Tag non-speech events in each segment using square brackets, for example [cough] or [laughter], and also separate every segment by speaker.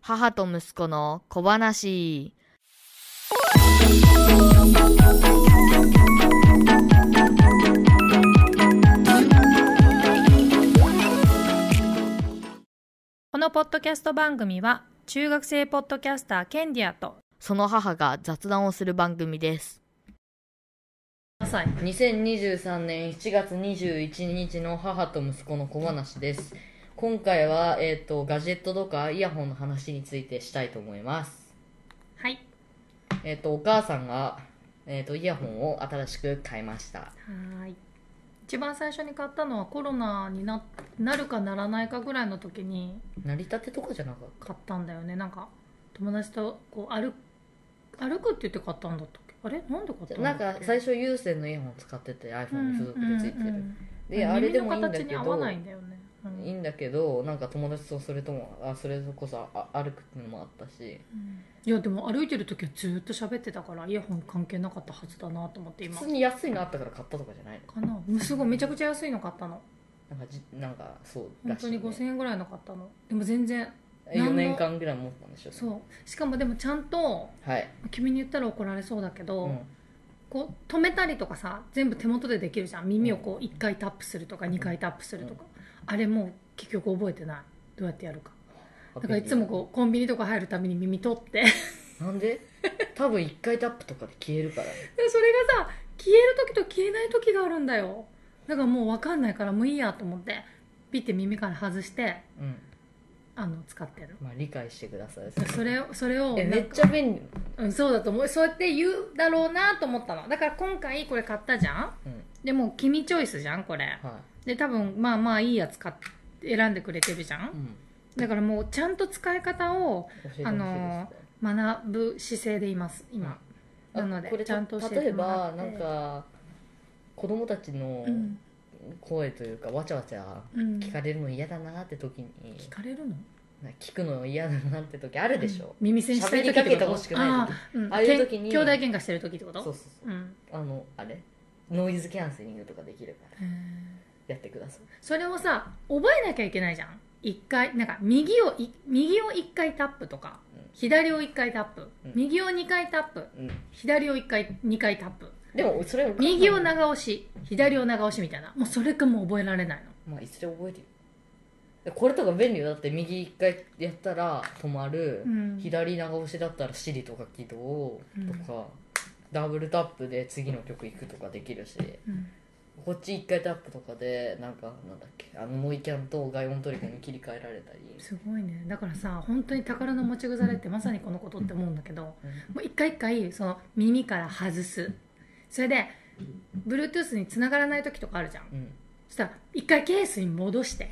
Speaker 1: 母と息子の小話。
Speaker 2: このポッドキャスト番組は中学生ポッドキャスターケンディアと
Speaker 1: その母が雑談をする番組です。
Speaker 2: 何歳
Speaker 1: 2023年7月21日の母と息子の小話です。今回は、えっ、と、ガジェットとかイヤホンの話についてしたいと思います。
Speaker 2: はい
Speaker 1: えっ、と、お母さんが、えっ、と、イヤホンを新しく買いました。
Speaker 2: はーい一番最初に買ったのはコロナにななるかならないかぐらいの時に
Speaker 1: 成り立てとかじゃなかっ
Speaker 2: 買ったんだよねなんか友達とこう歩歩くって言って買ったんだったっけあれなんで買ったたんだ
Speaker 1: な
Speaker 2: っ
Speaker 1: ん
Speaker 2: け
Speaker 1: か、最初有線のイヤホン使ってて iPhone に付属でついてる。
Speaker 2: うんうんうん
Speaker 1: で、
Speaker 2: うん
Speaker 1: あれでもいいんだけ
Speaker 2: 耳の形に合
Speaker 1: ど
Speaker 2: わ、ないんだよね、うん
Speaker 1: いいんだけど、なんか友達とそれとも、あそれこそあ歩くっていうのもあったし、
Speaker 2: うんいやでも歩いてる時はずっと喋ってたからイヤホン関係なかったはずだなと思って今
Speaker 1: 普通に安いのあったから買ったとかじゃないの
Speaker 2: かなうんすごいめちゃくちゃ安いの買ったの
Speaker 1: なんかじ、なんかそう
Speaker 2: 本
Speaker 1: らし
Speaker 2: 当
Speaker 1: い、ね。
Speaker 2: に5000円ぐらいの買ったのでも全然
Speaker 1: え4年間ぐらい持ったんでしょ
Speaker 2: そうしかもでもちゃんと
Speaker 1: はい、
Speaker 2: 君に言ったら怒られそうだけど、
Speaker 1: うん
Speaker 2: こう止めたりとかさ全部手元でできるじゃん耳をこう1回タップするとか2回タップするとか、あれもう結局覚えてないどうやってやるかだからいつもこうコンビニとか入るたびに耳取って [laughs]
Speaker 1: なんで多分1回タップとかで消えるから
Speaker 2: でそれがさ消える時と消えない時があるんだよだからもう分かんないからもういいやと思ってピッて耳から外して
Speaker 1: うん
Speaker 2: あの使ってる
Speaker 1: まあ理解してください
Speaker 2: それをそれを
Speaker 1: え
Speaker 2: な
Speaker 1: め
Speaker 2: ん
Speaker 1: っ
Speaker 2: か
Speaker 1: ちゃ便利
Speaker 2: うん、そうだと思うそうやって言うだろうなと思ったのだから今回これ買ったじゃん
Speaker 1: うん
Speaker 2: でも君チョイスじゃんこれ
Speaker 1: は
Speaker 2: で多分まあまあいいやつ買って選んでくれてるじゃ
Speaker 1: い、うんん、
Speaker 2: だからもうちゃんと使い方を
Speaker 1: 教えてほしいです、
Speaker 2: あの学ぶ姿勢でいます今、
Speaker 1: あ
Speaker 2: なので
Speaker 1: これ
Speaker 2: ちゃんと教え
Speaker 1: 例え
Speaker 2: てもら
Speaker 1: ば
Speaker 2: って
Speaker 1: なんか子供たちの
Speaker 2: うん
Speaker 1: 声というか、わちゃわちゃ
Speaker 2: うん、
Speaker 1: 聞かれるの嫌だなって時に
Speaker 2: 聞かれるの
Speaker 1: 聞くの嫌だなって時あるでしょ、
Speaker 2: 耳栓したい時ってこと
Speaker 1: 喋りかけてほしくない時
Speaker 2: あーうん、
Speaker 1: ああいう時に
Speaker 2: けん兄弟喧嘩してる時ってこと
Speaker 1: そうそ
Speaker 2: う、
Speaker 1: う
Speaker 2: ん、
Speaker 1: そうあのあれノイズキャンセリングとかできるから
Speaker 2: へー
Speaker 1: やってください
Speaker 2: それをさ覚えなきゃいけないじゃん一回なんか右をい右を一回タップとか、
Speaker 1: うん
Speaker 2: 左を一回タップ、
Speaker 1: うん
Speaker 2: 右を二回タップ
Speaker 1: うん
Speaker 2: 左を一回二回タップ
Speaker 1: でもそれは
Speaker 2: 右を長押し左を長押しみたいなもうそれかもう覚えられないの
Speaker 1: まあいずれ覚えてるこれとか便利よだって右一回やったら止まる、
Speaker 2: うん
Speaker 1: 左長押しだったら Siri とか起動
Speaker 2: うん
Speaker 1: とか、ダブルタップで次の曲行くとかできるし
Speaker 2: うん
Speaker 1: こっち一回タップとかでなんかなんだっけあのモイキャンと外音トリコに切り替えられたり、
Speaker 2: すごいねだからさ本当に宝の持ち腐れってまさにこのことって思うんだけどもう一回一回その耳から外すそれで Bluetooth に繋がらない時とかあるじゃん
Speaker 1: うんうん、
Speaker 2: そしたら一回ケースに戻して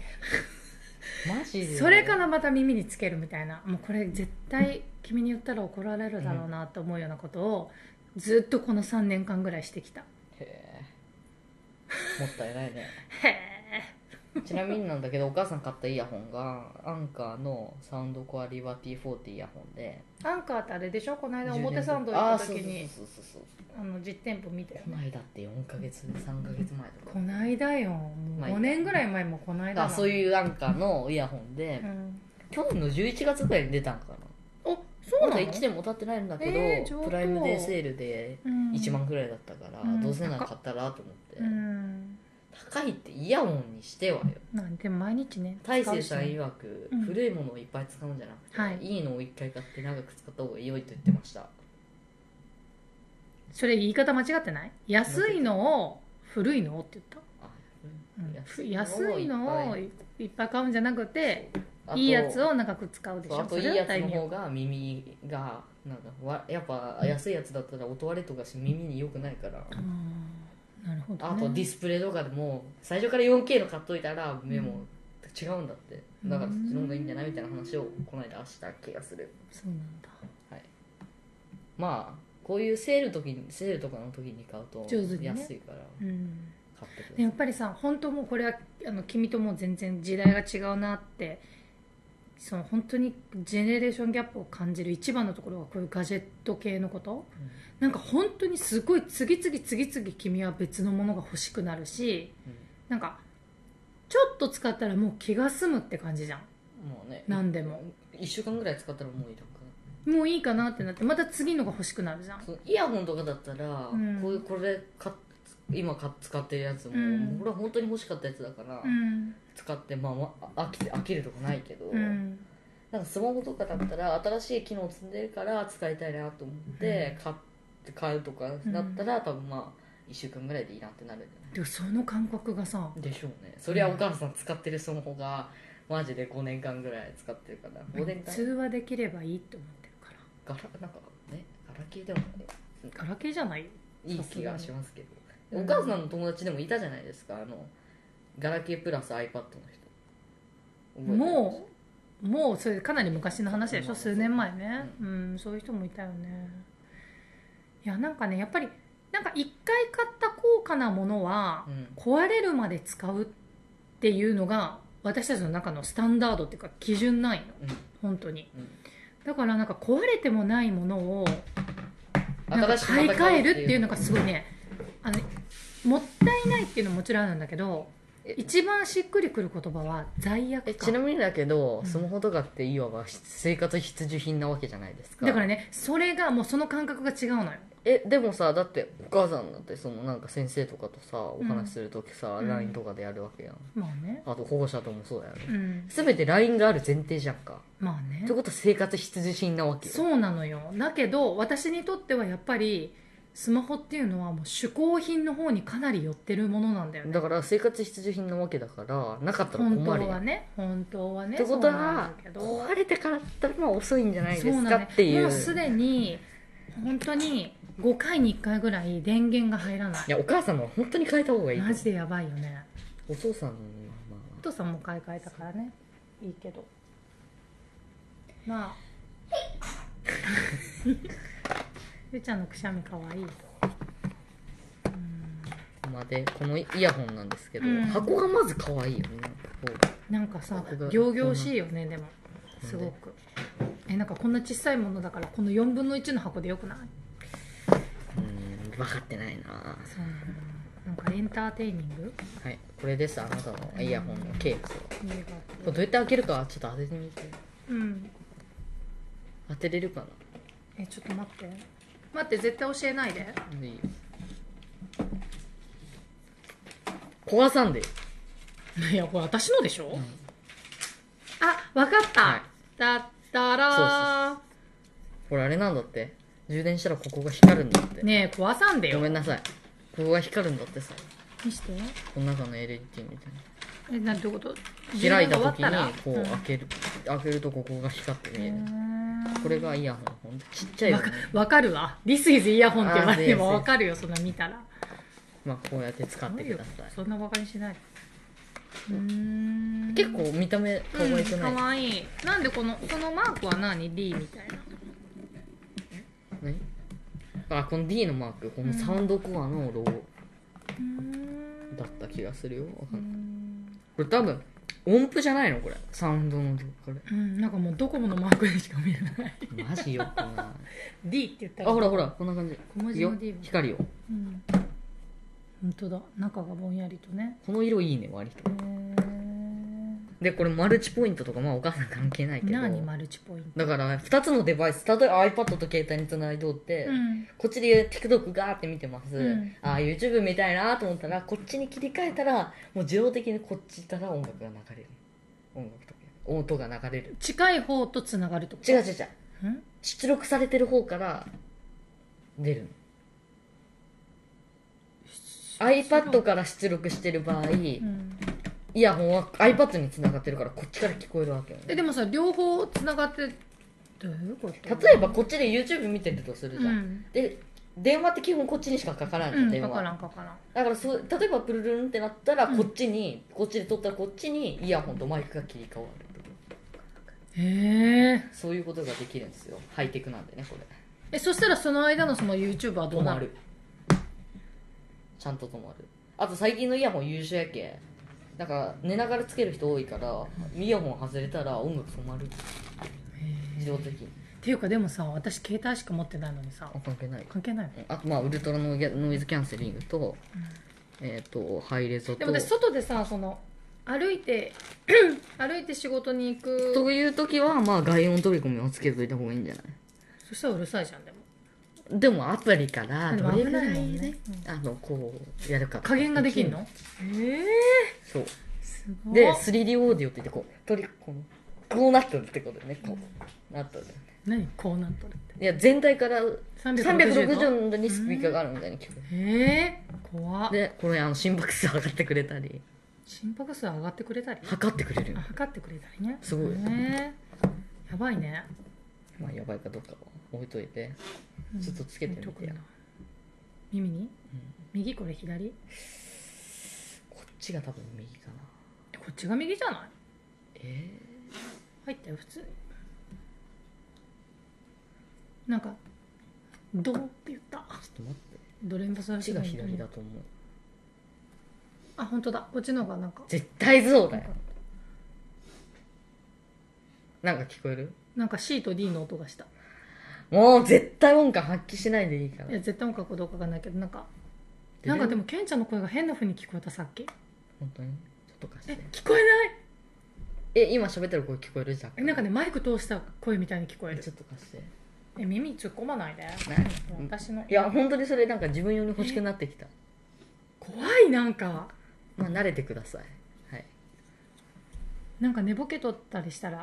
Speaker 1: マジで
Speaker 2: それからまた耳につけるみたいなもうこれ絶対君に言ったら怒られるだろうなと思うようなことをずっとこの3年間ぐらいしてきた
Speaker 1: へえもったいないね
Speaker 2: へえ
Speaker 1: ちなみになんだけどお母さん買ったイヤホンがアンカーのサウンドコアリバティ4ってイヤホンで
Speaker 2: アンカーってあれでしょこの間
Speaker 1: 10
Speaker 2: 表
Speaker 1: 年
Speaker 2: 参道行った時
Speaker 1: あー
Speaker 2: に
Speaker 1: そうそうそうそうそう
Speaker 2: あの実店舗見たよ
Speaker 1: こないだって4ヶ月3ヶ月前とか
Speaker 2: こないだよもう
Speaker 1: まあいい
Speaker 2: 5年ぐらい前もこないだ
Speaker 1: あそう
Speaker 2: う、
Speaker 1: いうアンカーのイヤホンで、
Speaker 2: うん、
Speaker 1: 去年の11月ぐらいに出たんかな
Speaker 2: おそう
Speaker 1: ま
Speaker 2: な
Speaker 1: だ
Speaker 2: の
Speaker 1: 1年も経ってないんだけど、
Speaker 2: えー上等
Speaker 1: プライムデーセールで
Speaker 2: うん
Speaker 1: 1万くらいだったから、
Speaker 2: うん
Speaker 1: どうせなら買ったらと思って、
Speaker 2: うん
Speaker 1: 高いってイヤホンにしてはよ
Speaker 2: なんでも毎日ね
Speaker 1: 大勢さん
Speaker 2: 使うしね
Speaker 1: 曰く、
Speaker 2: うん
Speaker 1: 古いものをいっぱい使うんじゃなくて、
Speaker 2: はい
Speaker 1: い、いのを1回買って長く使った方が良いと言ってました
Speaker 2: それ言い方間違ってない安いのを古いのをって言った
Speaker 1: あ
Speaker 2: うん安いのを
Speaker 1: いっ
Speaker 2: いっぱい買うんじゃなくて
Speaker 1: ぱ
Speaker 2: いいやつ
Speaker 1: あと
Speaker 2: を長く使うでし
Speaker 1: そうあ
Speaker 2: ょ
Speaker 1: と
Speaker 2: そ
Speaker 1: いい
Speaker 2: れ
Speaker 1: や
Speaker 2: は
Speaker 1: つ
Speaker 2: 大
Speaker 1: の
Speaker 2: 名
Speaker 1: 方が耳がなんかわやっぱ安いやつだったら音割れとかし耳に良くないから
Speaker 2: うんなるほど、
Speaker 1: あ
Speaker 2: ね、
Speaker 1: とディスプレイとかでも最初から 4K の買っといたら目も違うんだってだからそっちの方がいいんじゃないみたいな話をこの間した気がする
Speaker 2: そうなんだ
Speaker 1: まあこういうセール時にセールとかの時に買うと
Speaker 2: 上手にね
Speaker 1: 安いから
Speaker 2: うん
Speaker 1: 買ってく
Speaker 2: で
Speaker 1: だ
Speaker 2: や
Speaker 1: さ
Speaker 2: っぱりさ本当もうこれはあの君ともう全然時代が違うなってその本当にジェネレーションギャップを感じる一番のところはこういうガジェット系のこと
Speaker 1: い、うん
Speaker 2: なんか本当にすごい次々次々君は別のものが欲しくなるしなんかちょっと使ったらもう気が済むって感じじゃん
Speaker 1: うんもうね
Speaker 2: 何でも
Speaker 1: 1週間ぐらい使ったらもういらんくな
Speaker 2: もういいかなってなってまた次のが欲しくなるじゃん
Speaker 1: そのイヤホンとかだったら、
Speaker 2: うん
Speaker 1: こういうこれか今か使ってるやつも、
Speaker 2: うん
Speaker 1: もうこれは本当に欲しかったやつだから、
Speaker 2: うん
Speaker 1: 使って、まあまあ、飽きて飽きるとかないけど、
Speaker 2: うん
Speaker 1: なんかスマホとかだったら新しい機能積んでるから使いたいなと思って買って買うとかだったら、多分まあ1週間ぐらいでいいなってなるんじゃ
Speaker 2: でもその感覚がさ
Speaker 1: ないでしょうねそりゃお母さん使ってるスマホがマジで5年間ぐらい使ってるから5年間
Speaker 2: 通話できればいいって思ってるから
Speaker 1: ガラなんかねガラケーでも
Speaker 2: ガラケーじゃないよ
Speaker 1: いい気がしますけど、
Speaker 2: うん
Speaker 1: お母さんの友達でもいたじゃないですかあのガラケープラス iPad の人覚えてます
Speaker 2: もうもうそれかなり昔の話でし
Speaker 1: ま
Speaker 2: ょ
Speaker 1: あ
Speaker 2: 数年前ね
Speaker 1: う
Speaker 2: うんそういう人もいたよねいやなんかねやっぱりなんか一回買った高価なものは
Speaker 1: うん
Speaker 2: 壊れるまで使うっていうのが私たちの中のスタンダードっていうか基準ないの
Speaker 1: う
Speaker 2: 本当に
Speaker 1: んうん
Speaker 2: だからなんか壊れてもないものをなんか
Speaker 1: 新しくま
Speaker 2: 買い
Speaker 1: た
Speaker 2: 替
Speaker 1: 買
Speaker 2: え
Speaker 1: う
Speaker 2: るっていうのがすごいねあのもったいないっていうのももちろんあるんだけど
Speaker 1: え
Speaker 2: 一番しっくりくる言葉は罪悪
Speaker 1: えちな
Speaker 2: 感
Speaker 1: みにだけど、
Speaker 2: うん
Speaker 1: スマホとかっていわば必生活必需品なわけじゃないですか
Speaker 2: だからねそれがもうその感覚が違うのよ
Speaker 1: えでもさだってお母さんだってそのなんか先生とかとさお話しするときさ、
Speaker 2: うん
Speaker 1: LINE とかでやるわけやん
Speaker 2: まあね
Speaker 1: あと保護者ともそうだよね、
Speaker 2: うん
Speaker 1: 全て LINE がある前提じゃんか
Speaker 2: まあね
Speaker 1: ってことは生活必需品なわけよ
Speaker 2: そうなのよだけど私にとってはやっぱりスマホっていうのはもう嗜好品の方にかなり寄ってるものなんだよね
Speaker 1: だから生活必需品なわけだからなかったら
Speaker 2: 本当
Speaker 1: 困るや
Speaker 2: は
Speaker 1: ん、
Speaker 2: ね本当はね
Speaker 1: ってこと
Speaker 2: そうな
Speaker 1: は
Speaker 2: んだけど
Speaker 1: 壊れてからだったらまあ遅いんじゃないで
Speaker 2: そう
Speaker 1: す
Speaker 2: な
Speaker 1: か
Speaker 2: のね
Speaker 1: っていう
Speaker 2: もうすでに本当に5回に1回ぐらい電源が入らない
Speaker 1: いやお母様は本当に変えた方がいいと思う
Speaker 2: マジでやばいよね
Speaker 1: お父さんのまあまあ
Speaker 2: お父さんも買い替えたからねいいけどまあゆうちゃんのくしゃみかわいいうん
Speaker 1: までこのイヤホンなんですけど、
Speaker 2: うん
Speaker 1: 箱がまず可愛いよね
Speaker 2: なんかさ
Speaker 1: 僕が
Speaker 2: 仰々しいよねでもすご
Speaker 1: なんで
Speaker 2: くえなんかこんな小さいものだからこの4分の1の箱でよくない
Speaker 1: うん分かってないな
Speaker 2: そうなんだなんかエンターテイニング
Speaker 1: はいこれですあなたのイヤホンのケースこ
Speaker 2: 映
Speaker 1: れどうやって開けるかちょっと当ててみて
Speaker 2: 画うん
Speaker 1: 当てれるかな
Speaker 2: えちょっと待って待って絶対教えないで
Speaker 1: いいよ壊さんでよ
Speaker 2: いやこれ私のでしょ、あわかった、
Speaker 1: はい
Speaker 2: だったら
Speaker 1: これあれなんだって充電したらここが光るんだって、
Speaker 2: ねえ壊さんで
Speaker 1: ご
Speaker 2: よ
Speaker 1: めんなさいここが光るんだってさ
Speaker 2: 見して
Speaker 1: この中の LED みたいな
Speaker 2: えなんてこと
Speaker 1: 開いた
Speaker 2: 充
Speaker 1: 時
Speaker 2: 電が
Speaker 1: にこ
Speaker 2: 終わ
Speaker 1: う
Speaker 2: ったら
Speaker 1: 開ける、開けるとここが光って見える、
Speaker 2: うん
Speaker 1: これがイヤホンほんとちっちゃいよ
Speaker 2: わ
Speaker 1: ね
Speaker 2: かわかるわ This is イヤホンって言われても
Speaker 1: あー
Speaker 2: わかるよそんな見たら
Speaker 1: まあこうやって使ってください
Speaker 2: そんなバカにしないうん
Speaker 1: 結構見た目可愛くない、
Speaker 2: うん、かわいいなんでこのこのマークは何 D みたいな
Speaker 1: 何あこの D のマークこのサウンドコアのロゴ
Speaker 2: うん
Speaker 1: だった気がするよわか
Speaker 2: うん
Speaker 1: ない
Speaker 2: ん
Speaker 1: これ多分音符じゃないのこれサウンドのこれ
Speaker 2: うん、なんかもうドコモのマークでしか見えない。
Speaker 1: マジよく
Speaker 2: [laughs]
Speaker 1: ない
Speaker 2: D って言った
Speaker 1: あほらほ
Speaker 2: ら。
Speaker 1: らこんな感じ
Speaker 2: 小文
Speaker 1: いい
Speaker 2: 字
Speaker 1: よ
Speaker 2: の D は。
Speaker 1: 光よ
Speaker 2: うん。本当だ。中がぼんやりとね。
Speaker 1: この色いいね割と
Speaker 2: へー
Speaker 1: でこれマルチポイントとかまあお母さん関係ないけど
Speaker 2: 何マルチポイント。
Speaker 1: だから2つのデバイス例えば iPad と携帯につないどって、
Speaker 2: うん。
Speaker 1: こっちで TikTok ガーって見てます、
Speaker 2: うん
Speaker 1: ああ YouTube 見たいなと思ったらこっちに切り替えたらもう自動的にこっちから音楽が流れる音楽とか音が流れる
Speaker 2: 近い方とつながるってこと
Speaker 1: 違う違う違うん出力されてる方から出るの iPad から出力してる場合、
Speaker 2: うん。
Speaker 1: イヤホンは iPad につながってるからこっちから聞こえるわけよね
Speaker 2: え、でもさ、両方つながって、どういうこと
Speaker 1: 例えばこっちで YouTube 見てるとするじゃん、
Speaker 2: うん。
Speaker 1: で電話って基本こっちにしかかからんじゃん、
Speaker 2: うん、
Speaker 1: 電
Speaker 2: か
Speaker 1: 話
Speaker 2: からんかからん。
Speaker 1: だからそう例えばプルルンってなったら
Speaker 2: うん
Speaker 1: こっちに、こっちで撮ったらこっちにイヤホンとマイクが切り替わる
Speaker 2: へえ。
Speaker 1: そういうことができるんですよハイテクなんでねこれ
Speaker 2: え、そしたらその間のその YouTube はど
Speaker 1: 止
Speaker 2: うな
Speaker 1: ま
Speaker 2: る
Speaker 1: るちゃんと止まるあと最近のイヤホン優秀やけだから寝ながらつける人多いからイヤホン外れたら音楽止まる自動的に
Speaker 2: っていうかでもさ、私携帯しか持ってないのにさ
Speaker 1: あ、関係ない
Speaker 2: 関係ないの
Speaker 1: あとまあウルトラノイノイズキャンセリングと、えっ、とハイレゾ
Speaker 2: で
Speaker 1: と
Speaker 2: もね外でさその歩いて [clears throat] 歩いて仕事に行く
Speaker 1: という時はまあ外音飛び込みをつけといた方がいいんじゃない
Speaker 2: そしたらうるさいじゃんでも
Speaker 1: でもアプリから
Speaker 2: で
Speaker 1: ど
Speaker 2: も
Speaker 1: れぐらい
Speaker 2: 危ないもんね
Speaker 1: ねあのこうやるか
Speaker 2: 加減ができんのええ
Speaker 1: そう
Speaker 2: すごい
Speaker 1: で 3D オーディオって言ってこう鳥こうこうなってるってことだよねこうなってる
Speaker 2: 何こうなっとるって
Speaker 1: いや全体から
Speaker 2: 360
Speaker 1: 360度にスピーカーがあるみたいな気分
Speaker 2: ええ怖っ
Speaker 1: でこれあの心拍数測ってくれたり
Speaker 2: 心拍数上がってくれたり
Speaker 1: 測ってくれる
Speaker 2: あ
Speaker 1: よ
Speaker 2: 測ってくれたりね
Speaker 1: すごい
Speaker 2: ねえやばいね
Speaker 1: まあやばいかどうかは置いといて
Speaker 2: うん
Speaker 1: ちょっとつけてみて
Speaker 2: 置いとくな耳に右これ左
Speaker 1: こっちが多分右かな
Speaker 2: えこっちが右じゃない
Speaker 1: え
Speaker 2: 入ったよ普通になんか「ド」って言った
Speaker 1: ー、ちょっと待って
Speaker 2: ドレンファソ
Speaker 1: こ
Speaker 2: ラ
Speaker 1: っ
Speaker 2: シ
Speaker 1: ち
Speaker 2: ド
Speaker 1: が
Speaker 2: に
Speaker 1: 左だと思う
Speaker 2: あ本当だこっちの方がなんか
Speaker 1: 絶対そうだ
Speaker 2: なん
Speaker 1: よ
Speaker 2: か
Speaker 1: なんか聞こえる
Speaker 2: なんか C と D の音がした
Speaker 1: もう絶対音感発揮しないでいいから
Speaker 2: いや絶対音楽かどうかがないけどなんかなんかでもケンちゃんの声が変な風に聞こえたさっき
Speaker 1: 本当にちょっと貸して
Speaker 2: え聞こえない
Speaker 1: え今喋ってる声聞こえるじゃ
Speaker 2: えなんかねマイク通した声みたいに聞こえる
Speaker 1: ちょっと貸してい
Speaker 2: え耳突っ込まないで
Speaker 1: 何
Speaker 2: 私の
Speaker 1: や本当にそれなんか自分用に欲しくなってきた
Speaker 2: 怖いなんか
Speaker 1: まあ慣れてくださいはい
Speaker 2: なんか寝ぼけとったりしたら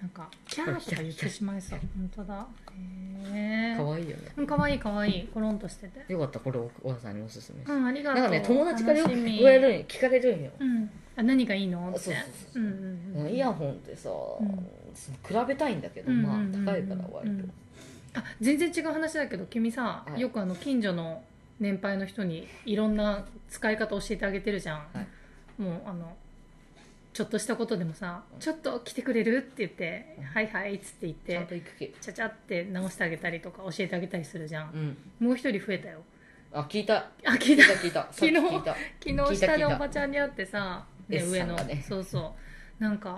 Speaker 2: なんかキャーとか言ってしまい
Speaker 1: [laughs]
Speaker 2: そう本当だへえ
Speaker 1: 可愛いよね
Speaker 2: うん、かわいいかわいいコロンとしてて
Speaker 1: よかったこれおおばさんにおすすめし
Speaker 2: う
Speaker 1: て
Speaker 2: んありがと
Speaker 1: な
Speaker 2: うん
Speaker 1: かね友達からよく
Speaker 2: 楽しみ
Speaker 1: 言われるんよ聞かれるんよ
Speaker 2: うんあ何がいいのって
Speaker 1: そうそうそううん
Speaker 2: うんうん
Speaker 1: イヤホンってさ、
Speaker 2: ん
Speaker 1: その比べたいんだけど、
Speaker 2: うんうん
Speaker 1: まあ
Speaker 2: うんうん
Speaker 1: 高いから割と、
Speaker 2: うんあ全然違う話だけど君さ、
Speaker 1: はい
Speaker 2: よくあの近所の年配の人にいろんな使い方教えてあげてるじゃん、
Speaker 1: は
Speaker 2: もうあのちょっとしたことでもさ「ちょっと来てくれる?」って言って「はいはい」っつって言っ
Speaker 1: ちゃんと
Speaker 2: て
Speaker 1: 行くけ
Speaker 2: ちゃちゃって直してあげたりとか教えてあげたりするじゃん
Speaker 1: う、ん
Speaker 2: もう一人増えたよ
Speaker 1: あ聞いた
Speaker 2: あ聞い
Speaker 1: 聞
Speaker 2: た
Speaker 1: いた聞いた
Speaker 2: 昨日
Speaker 1: さっき聞いた
Speaker 2: 昨
Speaker 1: 聞
Speaker 2: 日
Speaker 1: いた
Speaker 2: 下で
Speaker 1: 聞い
Speaker 2: お
Speaker 1: た
Speaker 2: ばちゃんに会ってさ、ね、
Speaker 1: S
Speaker 2: 上
Speaker 1: さん
Speaker 2: の、
Speaker 1: がね
Speaker 2: そうそうなんか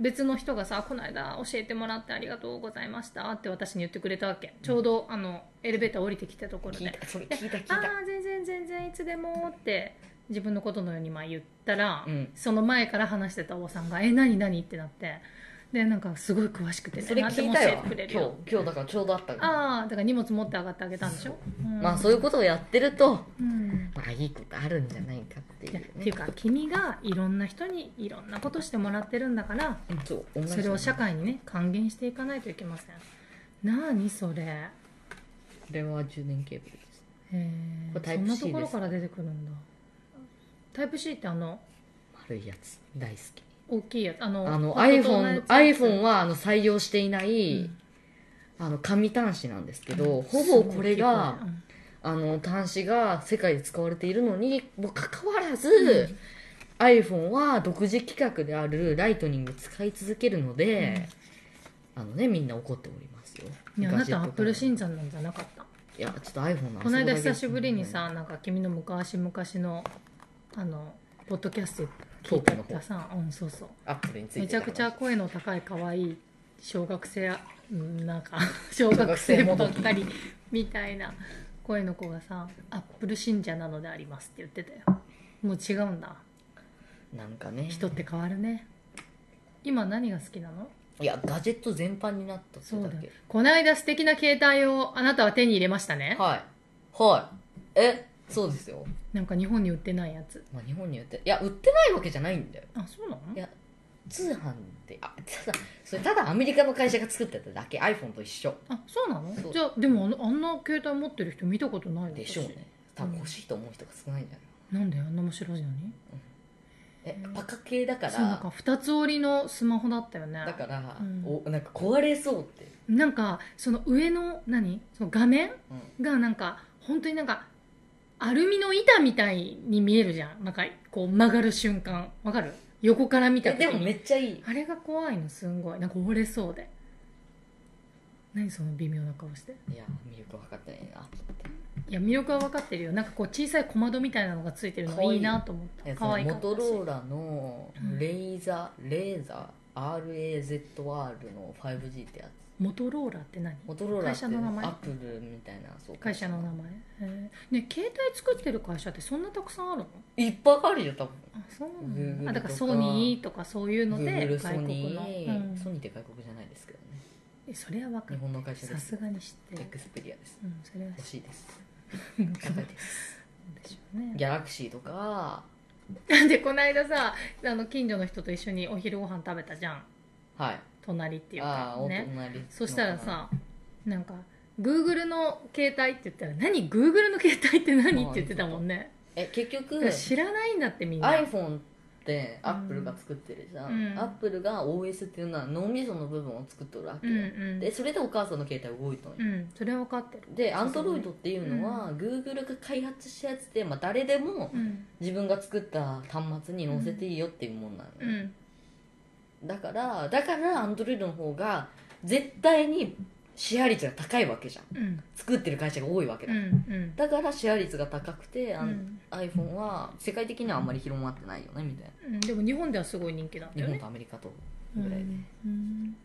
Speaker 2: 別の人がさ「この間教えてもらってありがとうございました」って私に言ってくれたわけちょうどあのエレベーター降りてきたところ
Speaker 1: 聞い
Speaker 2: で
Speaker 1: たそれ
Speaker 2: で
Speaker 1: 聞いた聞い
Speaker 2: 「ああ
Speaker 1: た
Speaker 2: ー全然全然いつでも」って自分のことのようにまあ言ったら、
Speaker 1: うん
Speaker 2: その前から話してたおばさんが「え何何?」ってなってでなんかすごい詳しくて、ね、
Speaker 1: それ
Speaker 2: 何で
Speaker 1: 聞い
Speaker 2: も
Speaker 1: た
Speaker 2: 教え
Speaker 1: よ
Speaker 2: てくれる
Speaker 1: 今
Speaker 2: よ
Speaker 1: 日今日だからちょうどあったから
Speaker 2: ああだから荷物持って上がってあげたんでしょ、うん
Speaker 1: まあそういうことをやってると
Speaker 2: うん
Speaker 1: まあいいことあるんじゃないかっていう
Speaker 2: いやっ
Speaker 1: ね
Speaker 2: ていうか君がいろんな人にいろんなことしてもらってるんだから
Speaker 1: うんそう同じ
Speaker 2: それを社会にね還元していかないといけませんなあにそれへ
Speaker 1: これは充電ケーブルです
Speaker 2: え
Speaker 1: これタイ
Speaker 2: そん
Speaker 1: プ C
Speaker 2: なところから出てくるんだタイプ C ってあの
Speaker 1: 丸いやつ大好き
Speaker 2: 大きいやつあの
Speaker 1: あの
Speaker 2: パッドと同じ
Speaker 1: iPhone,
Speaker 2: やつ
Speaker 1: iPhone はあの採用していない、
Speaker 2: うん
Speaker 1: あの紙端子なんですけ
Speaker 2: う
Speaker 1: ど、
Speaker 2: ん
Speaker 1: ほぼこれが
Speaker 2: すごい大きいこ
Speaker 1: あの端子が世界で使われているのにもかかわらず、
Speaker 2: うん
Speaker 1: iPhone は独自規格であるライトニングを使い続けるので、あのねみんな怒っておりますよ
Speaker 2: れねいやあなたアップル
Speaker 1: い
Speaker 2: 信者なんじゃなかった
Speaker 1: やちょっと iPhone の
Speaker 2: この間久しぶりにさなんか君の昔々のあのポッドキャスト聞いてたさうんそうそう
Speaker 1: アップルについて
Speaker 2: めちゃくちゃ
Speaker 1: こ
Speaker 2: 声の高い可愛い小学生うんなん
Speaker 1: [laughs]
Speaker 2: か小学生ばっかりみたいな声の子がさ「アップル信者なのであります」って言ってたよもう違うんだ
Speaker 1: なんかね
Speaker 2: 人って変わるね今何が好きなの
Speaker 1: いやガジェット全般になったって
Speaker 2: そう
Speaker 1: だ
Speaker 2: だよ
Speaker 1: け
Speaker 2: この間素敵な携帯をあなたは手に入れましたね
Speaker 1: はいはいえそうですよ
Speaker 2: なんか日本に売ってないやつ
Speaker 1: まあ、日本に売っていや売ってないわけじゃないんだよ
Speaker 2: あそうなの
Speaker 1: いや通販であただそれただアメリカの会社が作ってただけ iPhone と一緒
Speaker 2: あそうなの
Speaker 1: そう
Speaker 2: じゃあでもあのあんな携帯持ってる人見たことない
Speaker 1: でしょうね多分欲しいと思う人が少ないんじゃ
Speaker 2: 私なんであんな面白いのに
Speaker 1: ない、えパカ系だか
Speaker 2: そうなん
Speaker 1: ら
Speaker 2: か2つ折りのスマホだったよね
Speaker 1: だから、
Speaker 2: うん
Speaker 1: おなんか壊れそうって、
Speaker 2: なんかその上の何その画面
Speaker 1: うん
Speaker 2: がなんか本当になんかアルミの板みたいに見えるじゃんなんかこう曲がる瞬間わかる横から見た
Speaker 1: え
Speaker 2: 時
Speaker 1: でも
Speaker 2: に
Speaker 1: めっちゃいい
Speaker 2: あれが怖いのすんごいなんか折れそうで何その微妙な顔して
Speaker 1: いや魅力分かってないなと
Speaker 2: いや魅力は分かってるよなんかこう小さい小窓みたいなのがついてるの
Speaker 1: 可愛い
Speaker 2: いいなと思っ
Speaker 1: 思って
Speaker 2: た
Speaker 1: そ
Speaker 2: 可
Speaker 1: の
Speaker 2: 愛
Speaker 1: モ
Speaker 2: かった
Speaker 1: ト
Speaker 2: し
Speaker 1: ローラの
Speaker 2: うん
Speaker 1: レイザーレーザー RAZR の 5G ってやつ
Speaker 2: モトローラって何
Speaker 1: モトローラって
Speaker 2: 会社の名前
Speaker 1: アップルみたいなそう
Speaker 2: 会社の名前へえね携帯作ってる会社ってそんなたくさんあるの
Speaker 1: いっぱいあるよ多分
Speaker 2: あそうなんだ
Speaker 1: Google
Speaker 2: あだから
Speaker 1: とか
Speaker 2: ソニーとかそういうの
Speaker 1: グーグ
Speaker 2: で
Speaker 1: ルソ
Speaker 2: 外国
Speaker 1: ニ
Speaker 2: の、う
Speaker 1: ー、
Speaker 2: ん
Speaker 1: ソニーって外国じゃないですけどね
Speaker 2: えそれは分か
Speaker 1: 日
Speaker 2: る
Speaker 1: 本の会社で
Speaker 2: さ
Speaker 1: す
Speaker 2: すがに知って
Speaker 1: エ
Speaker 2: る
Speaker 1: クスペリアです
Speaker 2: うんそれは知
Speaker 1: 欲しいです
Speaker 2: って
Speaker 1: 高い
Speaker 2: る
Speaker 1: です
Speaker 2: でしょうね
Speaker 1: ギャラクシーとか
Speaker 2: でこの間さあの近所の人と一緒にお昼ご飯食べたじゃん
Speaker 1: はい
Speaker 2: 隣っていう
Speaker 1: あ
Speaker 2: か
Speaker 1: あお
Speaker 2: ね
Speaker 1: 隣
Speaker 2: そしたらさなんか Google の携帯って言ったら「何 Google の携帯って何?」って言ってたもんね
Speaker 1: え結
Speaker 2: だ
Speaker 1: 局
Speaker 2: から知らないんだってみんな
Speaker 1: iPhone ってアップルが作ってるじゃん、
Speaker 2: うん
Speaker 1: アップルが OS っていうのは脳みその部分を作っとるわ
Speaker 2: う
Speaker 1: け
Speaker 2: ん
Speaker 1: よ、
Speaker 2: うん
Speaker 1: でそれでお母さんの携帯動いとんよ、
Speaker 2: うんそれは分かってる
Speaker 1: で Android っていうのは、Google が開発したやつで、まあ、誰でも
Speaker 2: うん
Speaker 1: 自分が作った端末に載せていいよっていうもんなの、
Speaker 2: うん
Speaker 1: だからだから Android の方が絶対にシェア率が高いわけじゃん
Speaker 2: うん
Speaker 1: 作ってる会社が多いわけ
Speaker 2: う
Speaker 1: だ、
Speaker 2: ん
Speaker 1: だからシェア率が高くて、あ
Speaker 2: うんん
Speaker 1: iPhone は世界的にはあんまり広まってないよねみたいな
Speaker 2: うんでも日本ではすごい人気なんだ
Speaker 1: 日
Speaker 2: よ
Speaker 1: 本
Speaker 2: ね
Speaker 1: とアメリカと
Speaker 2: う
Speaker 1: ぐらいで、
Speaker 2: んうん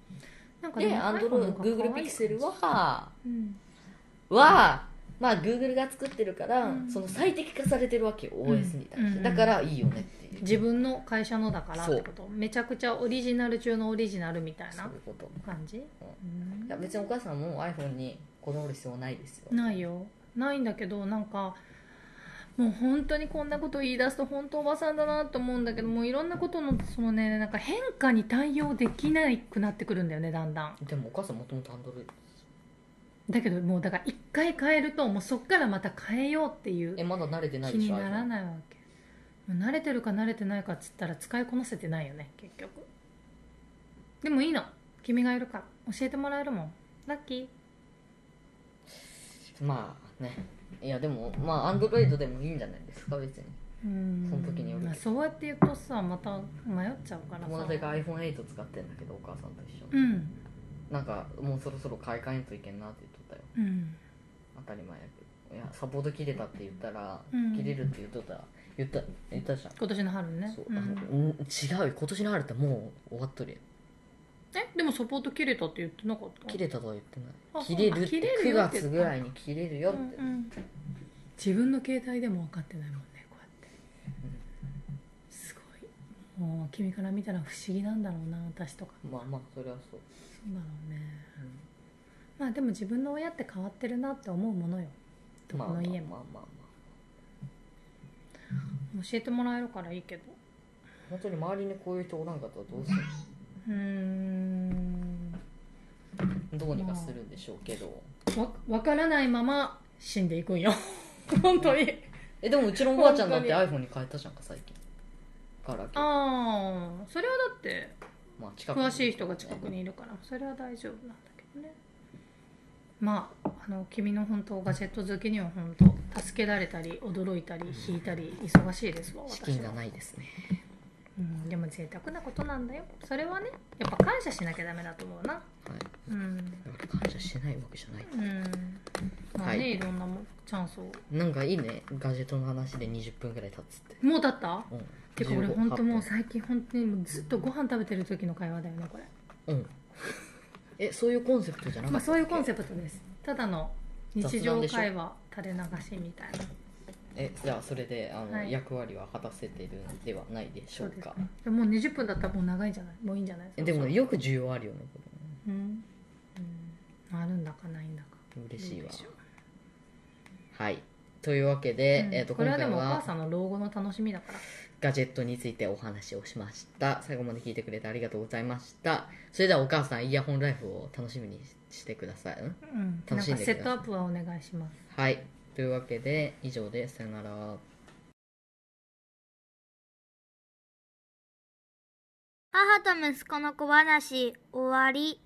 Speaker 2: なんか
Speaker 1: で、
Speaker 2: ね iPhone
Speaker 1: Android、
Speaker 2: の方
Speaker 1: Google
Speaker 2: が可愛い
Speaker 1: Pixel は、
Speaker 2: うん
Speaker 1: は、まあ Google が作ってるから、
Speaker 2: うん
Speaker 1: その最適化されてるわけよ、
Speaker 2: ん
Speaker 1: OS に対して、
Speaker 2: うん
Speaker 1: だからいいよねっていう。
Speaker 2: 自分の会社のだからってことめちゃくちゃオリジナル中のオリジナルみたい
Speaker 1: そうい
Speaker 2: な
Speaker 1: うこと。
Speaker 2: 感じ、うん
Speaker 1: いや別にお母さんも iPhone にこだわる必要はないですよ。
Speaker 2: ないよないんだけどなんかもう本当にこんなこと言い出すと本当おばさんだなと思うんだけどもういろんなことのそのねなんか変化に対応できなくなってくるんだよねだんだん
Speaker 1: でもお母さんもともと Android。
Speaker 2: だけどもうだから一回変えるともうそっからまた変えようっていう
Speaker 1: え、まだ慣れてない
Speaker 2: 気
Speaker 1: でし
Speaker 2: に
Speaker 1: ょ、
Speaker 2: なら
Speaker 1: iPhone。
Speaker 2: ないわけもう慣れてるか慣れてないかっつったら使いこなせてないよね結局でもいいの君がいるから教えてもらえるもんラッキー
Speaker 1: まあね。いやでも、まあ Android でもいいんじゃないですか、別に。
Speaker 2: うん
Speaker 1: その時によるけ
Speaker 2: ま
Speaker 1: ど
Speaker 2: あ、そうやって言うとさまた迷っちゃうからさ
Speaker 1: 友達が iPhone8 使ってんだけど、お母さんと一緒に。
Speaker 2: うん
Speaker 1: なんか、もうそろそろ買い替えんといけんなって言っとったよ。
Speaker 2: うん
Speaker 1: 当たり前やけどいやサポート切れたって言ったら、
Speaker 2: うん
Speaker 1: 切れるって言っとったら言った言ったじゃん、
Speaker 2: 今年の春ね
Speaker 1: そう、
Speaker 2: うん
Speaker 1: あのうん違うよ今年の春ってもう終わっとるよ
Speaker 2: えでもサポート切れたって言ってなかった
Speaker 1: 切れたとは言ってな
Speaker 2: あ
Speaker 1: い切れるっ
Speaker 2: そうなんだ
Speaker 1: て
Speaker 2: 切れる
Speaker 1: 9
Speaker 2: よって言った
Speaker 1: 月ぐらいに切れるよっ
Speaker 2: う
Speaker 1: て、
Speaker 2: んうん自分の携帯でも分かってないもんねこうやってすごいもう君から見たら不思議なんだろうな私とか
Speaker 1: まあまあそれはそう、
Speaker 2: そうだろうねまあでも自分の親って変わってるなって思うものよど
Speaker 1: まあ
Speaker 2: こ
Speaker 1: ま
Speaker 2: の
Speaker 1: あまあ
Speaker 2: 家
Speaker 1: ま
Speaker 2: も、
Speaker 1: あまあ
Speaker 2: 教えてもらえるからいいけど
Speaker 1: 本当に周りにこういう人おらんかったらどうする
Speaker 2: うーん
Speaker 1: どうにかするんでしょうけど、
Speaker 2: わ分からないまま死んでいくんよ [laughs] 本当に
Speaker 1: えでもうちのおばあちゃんだって
Speaker 2: 本
Speaker 1: iPhone に変えたじゃんか最近ガラケー
Speaker 2: ああそれはだって
Speaker 1: まあ近くに
Speaker 2: 詳しい人が近くにいるからそれは大丈夫なんだけどねまああの君の本当ガジェット好きには本当助けられたり驚いたり引いたり忙しいですわ
Speaker 1: 資
Speaker 2: 私
Speaker 1: 金が
Speaker 2: は、
Speaker 1: ないですね
Speaker 2: うん、でも贅沢なことなんだよそれはねやっぱ感謝しなきゃダメだと思うな
Speaker 1: はい
Speaker 2: うん
Speaker 1: だから感謝してないわけじゃない
Speaker 2: うんまあね、、
Speaker 1: はいい
Speaker 2: ろんなもんチャンスを
Speaker 1: なんかいいねガジェットの話で20分ぐらい経つって、
Speaker 2: もうだった
Speaker 1: うん、
Speaker 2: てか俺本当もう
Speaker 1: 15
Speaker 2: 最近本当にもうずっとご飯食べてる時の会話だよねこれ
Speaker 1: うんえそういうコンセプトじゃなか
Speaker 2: ま
Speaker 1: っ
Speaker 2: あ、
Speaker 1: た
Speaker 2: そういうコンセプトですただの日常
Speaker 1: 雑談
Speaker 2: 会話垂れ流しみたいな
Speaker 1: えじゃあそれであの、
Speaker 2: はい
Speaker 1: 役割は果たせているのではないでしょうか
Speaker 2: ねでももう20分だったらもう長いんじゃないもういいんじゃない
Speaker 1: えでも、よく需要あるよねこ
Speaker 2: うん、うん、あるんだかないんだか
Speaker 1: れね嬉しいわ
Speaker 2: どうでしょう
Speaker 1: はいというわけで、
Speaker 2: うん
Speaker 1: えっと
Speaker 2: こ
Speaker 1: 今
Speaker 2: れはで
Speaker 1: 回
Speaker 2: もお母
Speaker 1: は
Speaker 2: さんの老後の楽しみだから
Speaker 1: ガジェットについてお話をしました最後まで聞いてくれてありがとうございましたそれではお母さんイヤホンライフを楽しみにしてください、うん
Speaker 2: うんなん
Speaker 1: 楽
Speaker 2: か
Speaker 1: しんでく
Speaker 2: セ
Speaker 1: ださい
Speaker 2: ットアップはお願いします
Speaker 1: はいというわけで以上ですさよなら
Speaker 3: 母と息子の小話終わり